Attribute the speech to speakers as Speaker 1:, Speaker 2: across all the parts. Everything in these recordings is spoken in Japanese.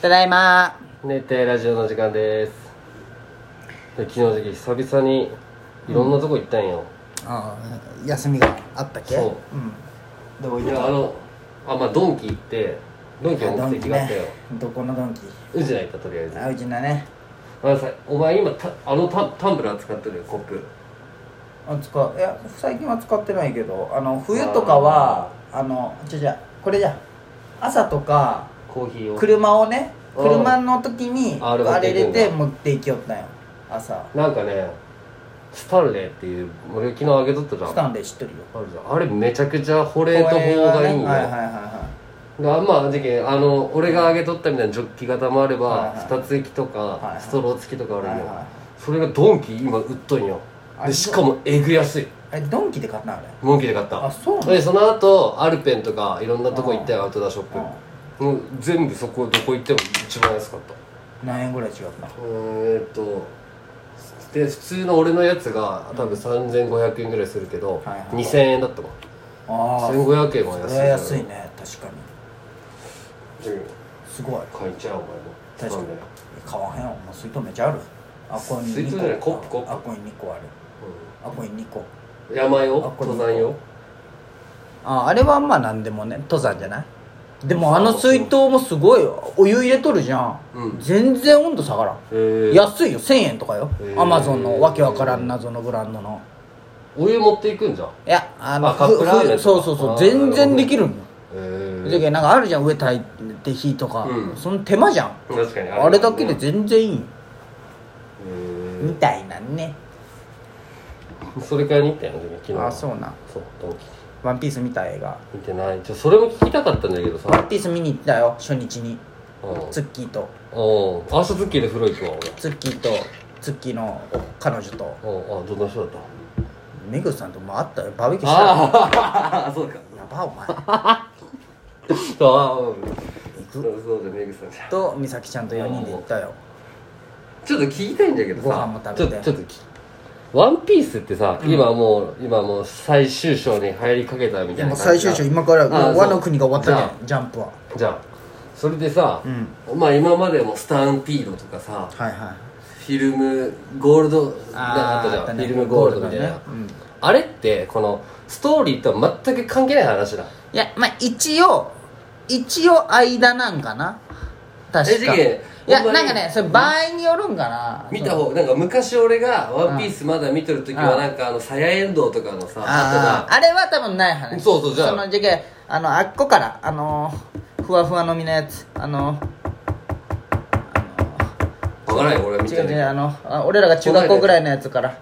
Speaker 1: ただいま
Speaker 2: 熱帯ラジオの時間ですで昨日時久々にいろんなとこ行ったんよ、
Speaker 1: ああ休みがあったっけ
Speaker 2: そ
Speaker 1: うんどうい
Speaker 2: いやあのあまあドンキ行ってドンキの目的があったよ
Speaker 1: どこのドンキ
Speaker 2: うじないかとりあえず
Speaker 1: あうちのね
Speaker 2: あのさお前今たあのタタンブラー使ってるよコップ
Speaker 1: あ使ういや最近は使ってないけどあの冬とかはあのじゃじゃこれじゃ朝とか
Speaker 2: コーヒーを
Speaker 1: 車をね
Speaker 2: うん
Speaker 1: 車の時に
Speaker 2: あ
Speaker 1: あ
Speaker 2: れ持って
Speaker 1: れ
Speaker 2: いくんだ
Speaker 1: 入れて持っていきよったんよ朝
Speaker 2: なんかねスタンレーっていう俺昨日あげとったじゃん
Speaker 1: スタンレー知っとるよ
Speaker 2: あるじゃんあれめちゃくちゃ保冷と保温がいいん
Speaker 1: これはね
Speaker 2: よ、
Speaker 1: はいはいはいは
Speaker 2: であんまあ事件あの俺があげとったみたいなジョッキ型もあれば、
Speaker 1: はいはい
Speaker 2: 二つ液とか、
Speaker 1: いはい
Speaker 2: ストロー付きとかあるんよ、
Speaker 1: はいはい
Speaker 2: それがドンキ今売っとんよ
Speaker 1: あ
Speaker 2: でしかもえぐ安い
Speaker 1: いあれドンキで買ったんあれ
Speaker 2: モンキーで買った
Speaker 1: あそうなの
Speaker 2: でその後アルペンとかいろんなとこ行ったよアウトドアショップもう全部そこどこ行っても一番安かった
Speaker 1: 何円ぐらい違った
Speaker 2: えーっとで普通の俺のやつが多分3500円ぐらいするけど、
Speaker 1: はいはい
Speaker 2: 2000円だったもん
Speaker 1: ああ
Speaker 2: 1500円は
Speaker 1: そ
Speaker 2: 安い
Speaker 1: れは安いね確かに
Speaker 2: うん
Speaker 1: すごい
Speaker 2: 買いちゃうお前も
Speaker 1: 確かに
Speaker 2: なんだよ
Speaker 1: 買わへんわもう水筒めちゃあるあこに
Speaker 2: 水
Speaker 1: 2
Speaker 2: 筒
Speaker 1: 個
Speaker 2: じゃないコップコップ
Speaker 1: あこに2個あるあこに2個
Speaker 2: うん山用
Speaker 1: あこれ
Speaker 2: 登山用
Speaker 1: ああれはまあ何でもね登山じゃないでもあの水筒もすごいよお湯入れとるじゃん、
Speaker 2: うん
Speaker 1: 全然温度下がらん、
Speaker 2: えー
Speaker 1: 安いよ1000円とかよ
Speaker 2: へー
Speaker 1: アマゾンのわけわからん謎のブランドの
Speaker 2: お湯持っていくんじゃん
Speaker 1: いやあの
Speaker 2: あカップラーメンとか
Speaker 1: ふそうそうそ
Speaker 2: あ
Speaker 1: う
Speaker 2: ー
Speaker 1: 全然できるんよ
Speaker 2: えー
Speaker 1: だけどなんかあるじゃん上炊いて火とか、
Speaker 2: うん
Speaker 1: その手間じゃん
Speaker 2: 確かに
Speaker 1: あれだけで
Speaker 2: ね
Speaker 1: 全然いいよ
Speaker 2: え
Speaker 1: みたいなね
Speaker 2: ーそれからに行ったよ自分昨日
Speaker 1: あそうなん
Speaker 2: そうドンキ
Speaker 1: ワンピース見た映画
Speaker 2: 見てないちょそれも聞きたかったんだけど
Speaker 1: ワン
Speaker 2: さ
Speaker 1: ピース見に行ったよ初日に
Speaker 2: うんうん
Speaker 1: ツッキーと
Speaker 2: 明日ズッキーで風呂行くわ
Speaker 1: ツッキーとツッキーの彼女と
Speaker 2: 俺うんあどんな人だった
Speaker 1: メグさんとも会ったよバーベキューしたよ
Speaker 2: あ あそうか
Speaker 1: やばお前
Speaker 2: ああうんそうそうだメグさんじゃん
Speaker 1: と美咲ちゃんと4人で行ったよ
Speaker 2: ちょっと聞きたいんだけどさ
Speaker 1: ご飯も食べて
Speaker 2: ちょっとちょっと聞きワンピースってさ、今もう今もう最終章に入りかけたみ
Speaker 1: い
Speaker 2: たい
Speaker 1: やもう
Speaker 2: な
Speaker 1: 最終章今から
Speaker 2: あそう
Speaker 1: 和の国が終わったねジャンプは
Speaker 2: じゃあじゃあそれでさ、まあ今までもスタンピードとかさ
Speaker 1: はいはい
Speaker 2: フィルムゴールドなんかあったじゃ
Speaker 1: あ
Speaker 2: ん、
Speaker 1: った
Speaker 2: フ
Speaker 1: ね
Speaker 2: ィルムゴールドみたいな、
Speaker 1: ゴールドねうん
Speaker 2: あれってこのストーリーとは全く関係ない話だ
Speaker 1: いやまあ一応一応間なんかな
Speaker 2: え
Speaker 1: 確
Speaker 2: 次
Speaker 1: か
Speaker 2: 元
Speaker 1: いや
Speaker 2: ほんま
Speaker 1: な
Speaker 2: に
Speaker 1: んかねそれ場合によるんかな
Speaker 2: 見た方なんか昔俺が「ワンピースまだ見てる時は
Speaker 1: うん
Speaker 2: なんかあのさやえんどうとかのさ
Speaker 1: あ
Speaker 2: あ
Speaker 1: ーあれは多分ない話
Speaker 2: そうそうじゃあ
Speaker 1: その時期あのあっこからあのー、ふわふわのみのやつあのー
Speaker 2: 分からんよ俺は見
Speaker 1: 違
Speaker 2: て
Speaker 1: う
Speaker 2: な
Speaker 1: 違う
Speaker 2: い
Speaker 1: あのあ俺らが中学校ぐらいのやつから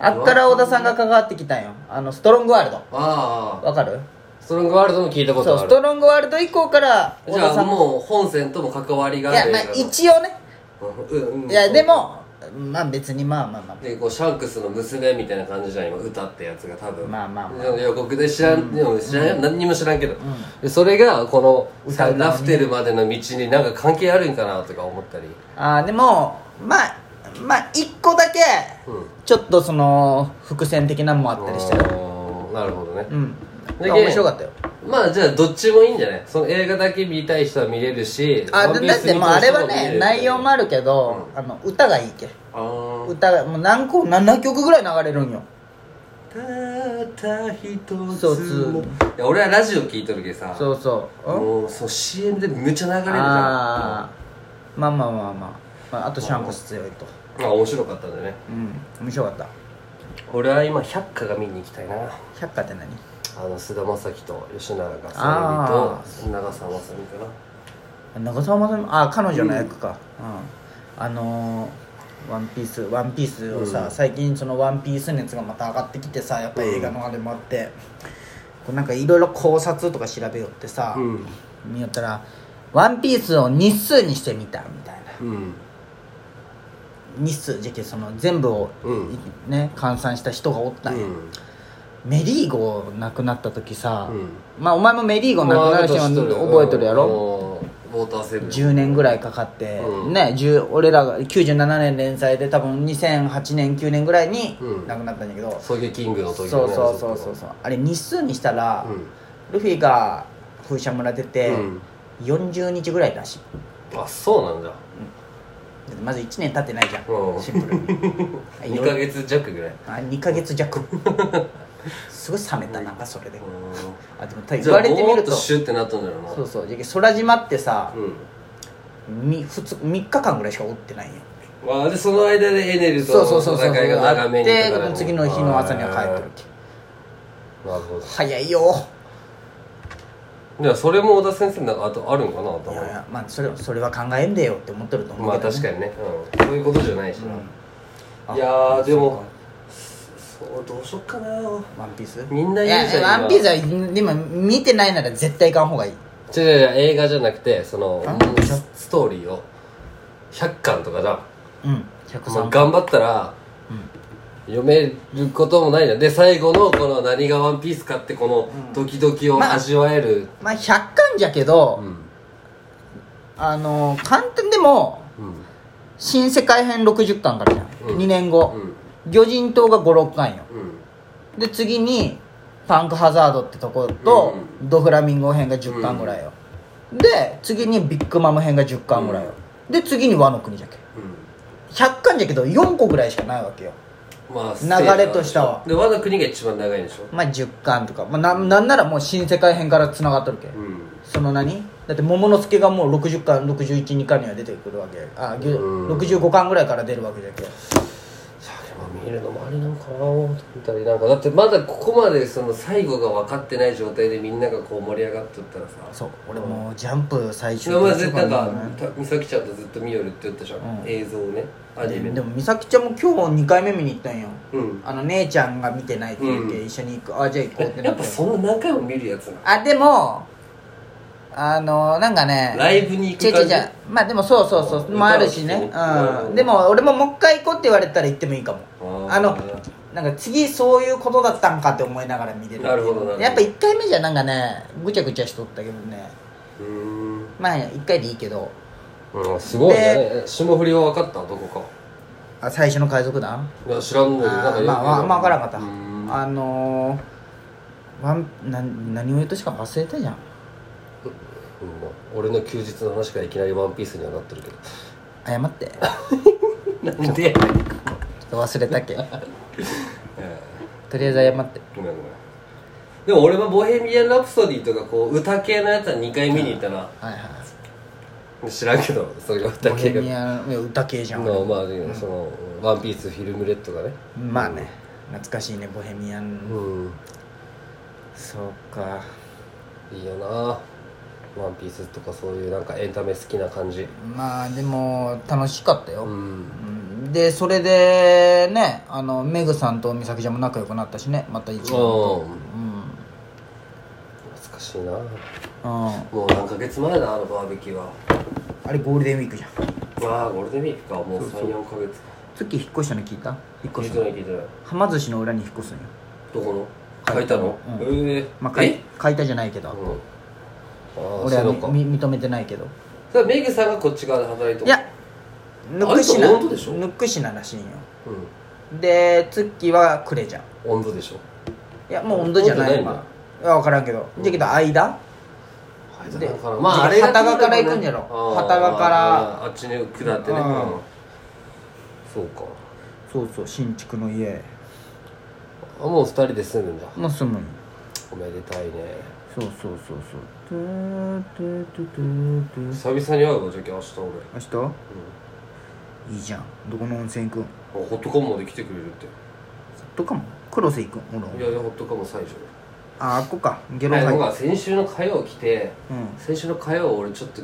Speaker 1: あっから小田さんが関わってきたんよあのストロングワールド
Speaker 2: ああ
Speaker 1: わかる
Speaker 2: ストロングワールドも聞いたこ
Speaker 1: そ
Speaker 2: と
Speaker 1: う
Speaker 2: あ
Speaker 1: ス
Speaker 2: る
Speaker 1: トロングワールド以降から小
Speaker 2: じゃ
Speaker 1: 田さ
Speaker 2: あ
Speaker 1: んも
Speaker 2: もう本線とも関わり
Speaker 1: い
Speaker 2: があ
Speaker 1: や
Speaker 2: る
Speaker 1: まあ
Speaker 2: 映画だ
Speaker 1: 一応ね
Speaker 2: うんうん
Speaker 1: いやでもまあ別にまあまあまあ
Speaker 2: でこうシャンクスの娘みたいな感じじゃん今歌ってやつが多分
Speaker 1: まあまあま
Speaker 2: でも予告で知らん、でも知らんよ、何にも知らんけど、でそれがこの
Speaker 1: 歌うのに
Speaker 2: ラフテルまでの道になんか関係あるんかなとか思ったり
Speaker 1: あーでもまあまあ一個だけ
Speaker 2: うん
Speaker 1: ちょっとその伏線的なのもあったりしてる
Speaker 2: うんなるほどね、
Speaker 1: うん
Speaker 2: で
Speaker 1: 面白かったよ
Speaker 2: まあじゃあどっちもいいんじゃないその映画だけ見たい人は見れるし
Speaker 1: あ
Speaker 2: ワン
Speaker 1: で
Speaker 2: ピー
Speaker 1: だっ
Speaker 2: ス
Speaker 1: て
Speaker 2: 見
Speaker 1: まああ
Speaker 2: たい
Speaker 1: れは
Speaker 2: 人も見れ
Speaker 1: ね
Speaker 2: る
Speaker 1: 内容もあるけど、あの歌がいいけ
Speaker 2: あー
Speaker 1: 歌がもう何個何曲ぐらい流れるんよ
Speaker 2: たった一つ
Speaker 1: そう
Speaker 2: も
Speaker 1: そう
Speaker 2: いや俺はラジオ聞いとるけどさ
Speaker 1: そうそううん
Speaker 2: もうそう CM でめっちゃ流れるじゃん
Speaker 1: あーまあまあまあまあ、まあ、あとシャンクス強いと
Speaker 2: まあ面白かったんだね
Speaker 1: うん面白かった
Speaker 2: 俺は今百花が見に行きたいな
Speaker 1: 百貨って何
Speaker 2: あの菅田将暉と吉永小百合
Speaker 1: あ
Speaker 2: と長澤まさみかな
Speaker 1: 長澤まさみあ彼女の役かうん、あのーワンピースワンピースをさ、
Speaker 2: うん
Speaker 1: 最近そのワンピース熱がまた上がってきてさやっぱ映画のあれもあって、こうなんかいろいろ考察とか調べよってさ、
Speaker 2: うん
Speaker 1: 見よったら「ワンピースを日数にしてみたみたいな
Speaker 2: うん
Speaker 1: 日数じゃけその全部を、
Speaker 2: うん
Speaker 1: いね換算した人がおったんや、メリーゴー亡くなった時さ、
Speaker 2: うん
Speaker 1: まあお前もメリーゴー亡くなる人は覚えてるやろ、
Speaker 2: ろウォーターセブン
Speaker 1: 10年ぐらいかかって、
Speaker 2: うん
Speaker 1: ね10俺らが97年連載で多分2008年9年ぐらいに
Speaker 2: うん
Speaker 1: 亡くなったんだけど、
Speaker 2: ソゲキングの時
Speaker 1: そ
Speaker 2: の
Speaker 1: う
Speaker 2: ね
Speaker 1: そうそうそうそうあれ日数にしたら、
Speaker 2: うん
Speaker 1: ルフィが風車村出て、
Speaker 2: うん
Speaker 1: 40日ぐらいらしい
Speaker 2: あそうなんだ
Speaker 1: だってまず1年経ってないじゃ
Speaker 2: うん
Speaker 1: んシンプルにはい
Speaker 2: 2ヶ月弱ぐらい
Speaker 1: あ2ヶ月弱すごい冷めたなんかそれであでもた
Speaker 2: じ
Speaker 1: 言
Speaker 2: ゃ
Speaker 1: わ
Speaker 2: あ
Speaker 1: れてみ
Speaker 2: ぼー
Speaker 1: る
Speaker 2: っ
Speaker 1: と
Speaker 2: とシュッてなったんだろうな
Speaker 1: そうそうじゃけ空島ってさ
Speaker 2: うん
Speaker 1: みふつ3日間ぐらいしかおってないんよ
Speaker 2: まあ、でその間でエネルと
Speaker 1: そう
Speaker 2: の
Speaker 1: そうそうそう
Speaker 2: 戦いが長めに
Speaker 1: ででも次の日の朝には帰ってるって
Speaker 2: なるほど
Speaker 1: 早いよ
Speaker 2: じゃあそれも小田先生なんかあとあるんかな頭
Speaker 1: い
Speaker 2: に
Speaker 1: やいやまあそれそれは考えんでよって思ってると思う
Speaker 2: まあ
Speaker 1: けどね、
Speaker 2: 確かにね、うん、そういうことじゃないしな、
Speaker 1: あ
Speaker 2: いやーでも
Speaker 1: そ
Speaker 2: そうどうしよっかな
Speaker 1: うかワンピース
Speaker 2: みんない言うじゃん
Speaker 1: や
Speaker 2: 今
Speaker 1: ワンピースはでも見てないなら絶対買う方がいい
Speaker 2: 違う違う違う映画じゃなくてその
Speaker 1: あ
Speaker 2: もうスストーリーを100巻とかじゃん
Speaker 1: うん
Speaker 2: もう
Speaker 1: 103
Speaker 2: 頑張ったら、読めることもないじゃんで最後のこの何がワンピースかってこのドキドキを
Speaker 1: まあ
Speaker 2: 味わえる、
Speaker 1: まあ100巻じゃけど、
Speaker 2: うん
Speaker 1: あのー簡単でも
Speaker 2: うん
Speaker 1: 新世界編60巻からじゃん、
Speaker 2: うん
Speaker 1: 2年後、魚人島が56巻よ
Speaker 2: うんうん
Speaker 1: で次にパンクハザードってとこと、ドフラミンゴ編が10巻ぐらいよ、で次にビッグマム編が10巻ぐらいよ、で次に和の国じゃけ100巻じゃけど4個ぐらいしかないわけよ
Speaker 2: うんまあ
Speaker 1: 流れとしては
Speaker 2: で和の国が一番長いんでしょ
Speaker 1: まあ10巻とか、まあ、なんなんならもう新世界編からつながっとるけ、
Speaker 2: うん
Speaker 1: その何だって桃之助がもう60巻612巻には出てくるわけあぎゅ
Speaker 2: うん
Speaker 1: 65巻ぐらいから出るわけじゃけ
Speaker 2: さあでも見るのもありなんかなと思ったりなんかだってまだここまでその最後が分かってない状態でみんながこう盛り上がっとったらさ
Speaker 1: そう俺もうジャンプ最終
Speaker 2: 今まで
Speaker 1: と
Speaker 2: なん
Speaker 1: か
Speaker 2: かた美咲ちゃんとずっと見よるって言ったじゃん、
Speaker 1: うん
Speaker 2: 映像をねアニメ
Speaker 1: で
Speaker 2: の
Speaker 1: も美咲ちゃんも今日2回目見に行ったんよ
Speaker 2: うん
Speaker 1: あの姉ちゃんが見てないって言って
Speaker 2: うん
Speaker 1: 一緒に行く、あじゃあ行こうってな
Speaker 2: や
Speaker 1: っ
Speaker 2: っぱ
Speaker 1: て
Speaker 2: そんな何回も見るやつなの
Speaker 1: あでもあのなんかね
Speaker 2: ライブに行
Speaker 1: 違
Speaker 2: く
Speaker 1: う違う
Speaker 2: 感
Speaker 1: 違
Speaker 2: じ
Speaker 1: うまあでもそうそうそう
Speaker 2: 歌を
Speaker 1: もあるしね
Speaker 2: 聴く
Speaker 1: うんでも俺ももう一回行こうって言われたら行ってもいいかも
Speaker 2: あー
Speaker 1: あのなんか次そういうことだったんかって思いながら見てる
Speaker 2: なるほどなるほど
Speaker 1: やっぱ1回目じゃなんかねぐちゃぐちゃしとったけどね
Speaker 2: うーん
Speaker 1: まあ1回でいいけど
Speaker 2: うんすごいね霜降りは分かったどこか
Speaker 1: あ最初の海賊団
Speaker 2: いや知らんのになんか
Speaker 1: あ
Speaker 2: よ
Speaker 1: ー
Speaker 2: く
Speaker 1: まあ、まあ、まあ分からんかった
Speaker 2: うーん
Speaker 1: あのー、ワンな何を言うとしか忘れたじゃん
Speaker 2: うんまあ俺の休日の話からいきなりワンピースにはなってるけ
Speaker 1: 謝ってちょ
Speaker 2: どなんで
Speaker 1: っと忘れた けとりあえず謝って
Speaker 2: ごめんごめんでも俺は「ボヘミアン・ラプソディ」とかこう歌系のやつは2回見に行ったな、
Speaker 1: はいは
Speaker 2: 知らんけどそれが
Speaker 1: い
Speaker 2: 歌
Speaker 1: ボ
Speaker 2: 系
Speaker 1: ヘ
Speaker 2: が
Speaker 1: ミアンいや歌系じゃん、
Speaker 2: のまあでもその「ワンピースフィルムレッド」がね
Speaker 1: まあね懐かしいねボヘミアン、
Speaker 2: うん
Speaker 1: そうか
Speaker 2: いいよなワンピースとかそういうなんかエンタメ好きな感じ
Speaker 1: まあでも楽しかったよ、
Speaker 2: うん
Speaker 1: うんでそれでねあのメグさんと美咲ちゃんも仲良くなったしねまた一
Speaker 2: うん
Speaker 1: 度
Speaker 2: 懐
Speaker 1: うん
Speaker 2: かしいな
Speaker 1: うん
Speaker 2: もう何ヶ月前だあのバーベキューは
Speaker 1: あれゴールデンウィークじゃん
Speaker 2: ああゴールデンウィークかもう34ヶ月か
Speaker 1: 月引っ越したの聞いた引っ越
Speaker 2: 聞い
Speaker 1: した
Speaker 2: て
Speaker 1: の
Speaker 2: ない聞いてない
Speaker 1: はま寿司の裏に引っ越すんよ
Speaker 2: どこの書いたの
Speaker 1: うん
Speaker 2: ええ
Speaker 1: まあかい
Speaker 2: え
Speaker 1: 書いたじゃないけど
Speaker 2: うんああ
Speaker 1: 俺
Speaker 2: そう
Speaker 1: は
Speaker 2: いう
Speaker 1: み
Speaker 2: のか
Speaker 1: み認めてないけど
Speaker 2: それメグさんがこっち側で働いて
Speaker 1: いやヌックシ
Speaker 2: あれ
Speaker 1: ナ
Speaker 2: と温度でしょ
Speaker 1: ヌックシナらしいんよ
Speaker 2: う
Speaker 1: でツッキーはクレじゃん
Speaker 2: ん温度でしょ
Speaker 1: いやもう温度じゃない
Speaker 2: 温度ないんだ
Speaker 1: 今いや分からんけどじゃけど間
Speaker 2: で
Speaker 1: で
Speaker 2: まああれ
Speaker 1: 旗川から行くんじゃろ旗川から
Speaker 2: あーあっちに下ってね
Speaker 1: うん
Speaker 2: うんそうか
Speaker 1: そうそう新築の家
Speaker 2: あもう二人で住むんだ
Speaker 1: もう住むんよ
Speaker 2: おめでたいね
Speaker 1: そうそうそうそうトゥートゥートゥートゥートゥー
Speaker 2: 久々に会うわじゃあ明日
Speaker 1: 明
Speaker 2: 俺
Speaker 1: 日いいじゃんどこの温泉行くん
Speaker 2: あホットカモまで来てくれるって
Speaker 1: どっかも黒瀬行くん俺
Speaker 2: いやいやホットカモ最初
Speaker 1: ああっこかゲロ
Speaker 2: はい
Speaker 1: 入
Speaker 2: 僕
Speaker 1: っ
Speaker 2: は先週の火曜来て
Speaker 1: うん
Speaker 2: 先週の火曜俺ちょっと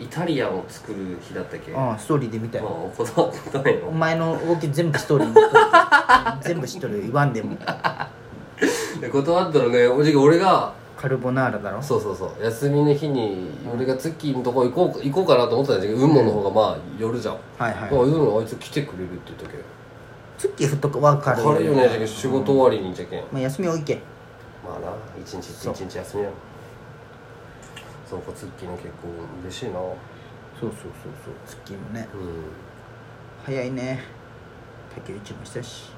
Speaker 2: イタリアンを作る日だったっけまあ
Speaker 1: ああストーリーで見たよ
Speaker 2: 断ったん
Speaker 1: お
Speaker 2: よ
Speaker 1: 前の動き全部ストーリーに載っとる全部知っとるよ言わんでも
Speaker 2: で断ったのねおじき俺が
Speaker 1: カルボナーラだろ
Speaker 2: そうそうそう休みの日に俺がツッキーのとこ行こう行こうかなと思ってたんだけど雲母の方がまあ夜じゃん、
Speaker 1: はいは
Speaker 2: あ
Speaker 1: い
Speaker 2: 夜あいつ来てくれるって言ったけ
Speaker 1: ツッキーふっとくわかる
Speaker 2: 軽いよねじゃけ仕事終わりにじゃけん
Speaker 1: まあ休みおいけ
Speaker 2: まあな一日一日一日休みやろそうかツッキーの結婚嬉しいなうん
Speaker 1: そうそうそうそうツッキーもね早いね竹内もしたし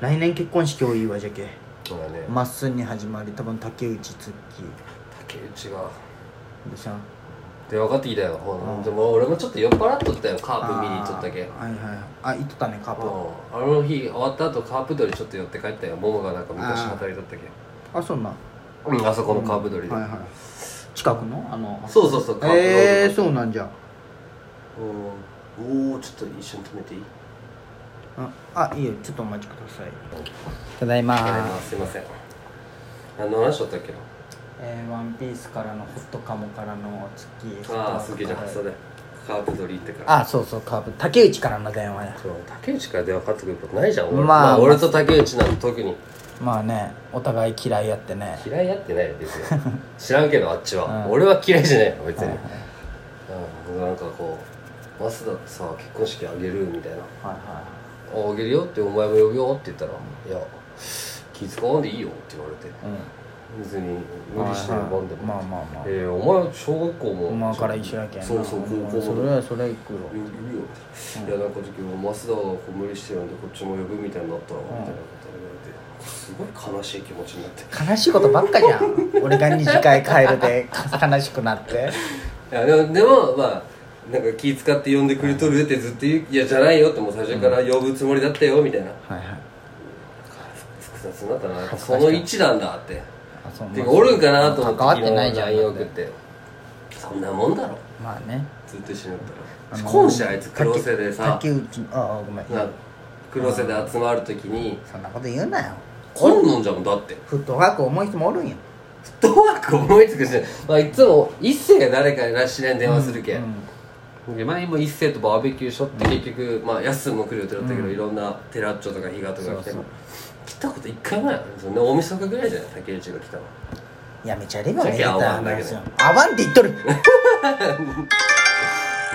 Speaker 1: 来年結婚式多いわじゃけ
Speaker 2: そうだね
Speaker 1: まっすんに始まり多分竹内ツッキ
Speaker 2: 竹内が
Speaker 1: ーでさ
Speaker 2: で分かってきたよ、でも俺もちょっと酔っ払っとったよカープ見に行っとったけ
Speaker 1: あーはいはいあ行っとったねカープ
Speaker 2: うんあの日終わった後カープ鳥ちょっと寄って帰ったよ桃がなんか昔働いとったけ
Speaker 1: あそんな
Speaker 2: うんあそこのカープ鳥で、
Speaker 1: はいはい近くのあの
Speaker 2: そうそうそうカープ
Speaker 1: ええー、そうなんじゃ
Speaker 2: うんおおちょっと一緒に止めていい
Speaker 1: ああいいよちょっとお待ちくださいただいま
Speaker 2: あすいません何の話だったっけな
Speaker 1: えー、ワンピースからのホットカモからの月
Speaker 2: ああすげえじゃんそれカープ鳥行ってから
Speaker 1: あそうそうカープ竹内からの電話や
Speaker 2: そう竹内から電話かかってくることないじゃん俺,、
Speaker 1: まあ
Speaker 2: まあ、俺と竹内なんて特に
Speaker 1: まあねお互い嫌いやってね
Speaker 2: 嫌いやってないよ 別に知らんけどあっちは、
Speaker 1: うん
Speaker 2: 俺は嫌いじゃないよ別に、
Speaker 1: はいはい
Speaker 2: うん、なんかこう「増田さ結婚式あげる?」みたいな「
Speaker 1: はいは
Speaker 2: ああげるよ」って「お前も呼ぶよ」って言ったら「いや気使わんでいいよ」って言われて
Speaker 1: いうん
Speaker 2: 別に無理して呼ばんでも、
Speaker 1: まあまあまあ
Speaker 2: えー、お前小学校も
Speaker 1: お前から一緒やけんな
Speaker 2: そうそう高校も
Speaker 1: それはそれ行くよ
Speaker 2: いるよ、いやなんか時は増田がこう無理してるんでこっちも呼ぶみたいになったら、みたいなこと言われてすごい悲しい気持ちになって
Speaker 1: 悲しいことばっかじゃん俺が二次会帰るで悲しくなって
Speaker 2: いやでもでもまあなんか気使って呼んでくれとるってずっと言う「いやじゃないよ」ってもう最初から呼ぶつもりだったよみたいな、
Speaker 1: はいはい
Speaker 2: 複雑になったな
Speaker 1: 恥ずか
Speaker 2: そ
Speaker 1: しい
Speaker 2: の一段だって
Speaker 1: あそん
Speaker 2: て
Speaker 1: な
Speaker 2: かおるんかなと思って
Speaker 1: 関わってないじゃん
Speaker 2: 昨日 LINE 送ってそんなもんだろ
Speaker 1: まあね
Speaker 2: ずっと一緒になった
Speaker 1: あ
Speaker 2: ら
Speaker 1: の
Speaker 2: 今週あいつ黒瀬でさ
Speaker 1: 竹竹内ああごめん
Speaker 2: な黒瀬で集まるときに
Speaker 1: そんなこと言うなよ
Speaker 2: こんなんじゃんだって
Speaker 1: フットワーク重い人もおるんや
Speaker 2: フットワーク思いつくし、まあ、いつも一星が誰かいらっしゃいに電話するけ、
Speaker 1: うんん
Speaker 2: で前も一星とバーベキューしょって結局、まあ、安も来る予定だったけど、いろんなテラッチョとかヒガとか来て
Speaker 1: そうそう
Speaker 2: 来たこと一回もないそんな大晦日ぐらいじゃない竹内が来たの
Speaker 1: やめちゃればいい
Speaker 2: さっきは
Speaker 1: だ
Speaker 2: 合わんだけど
Speaker 1: あわんって言っとる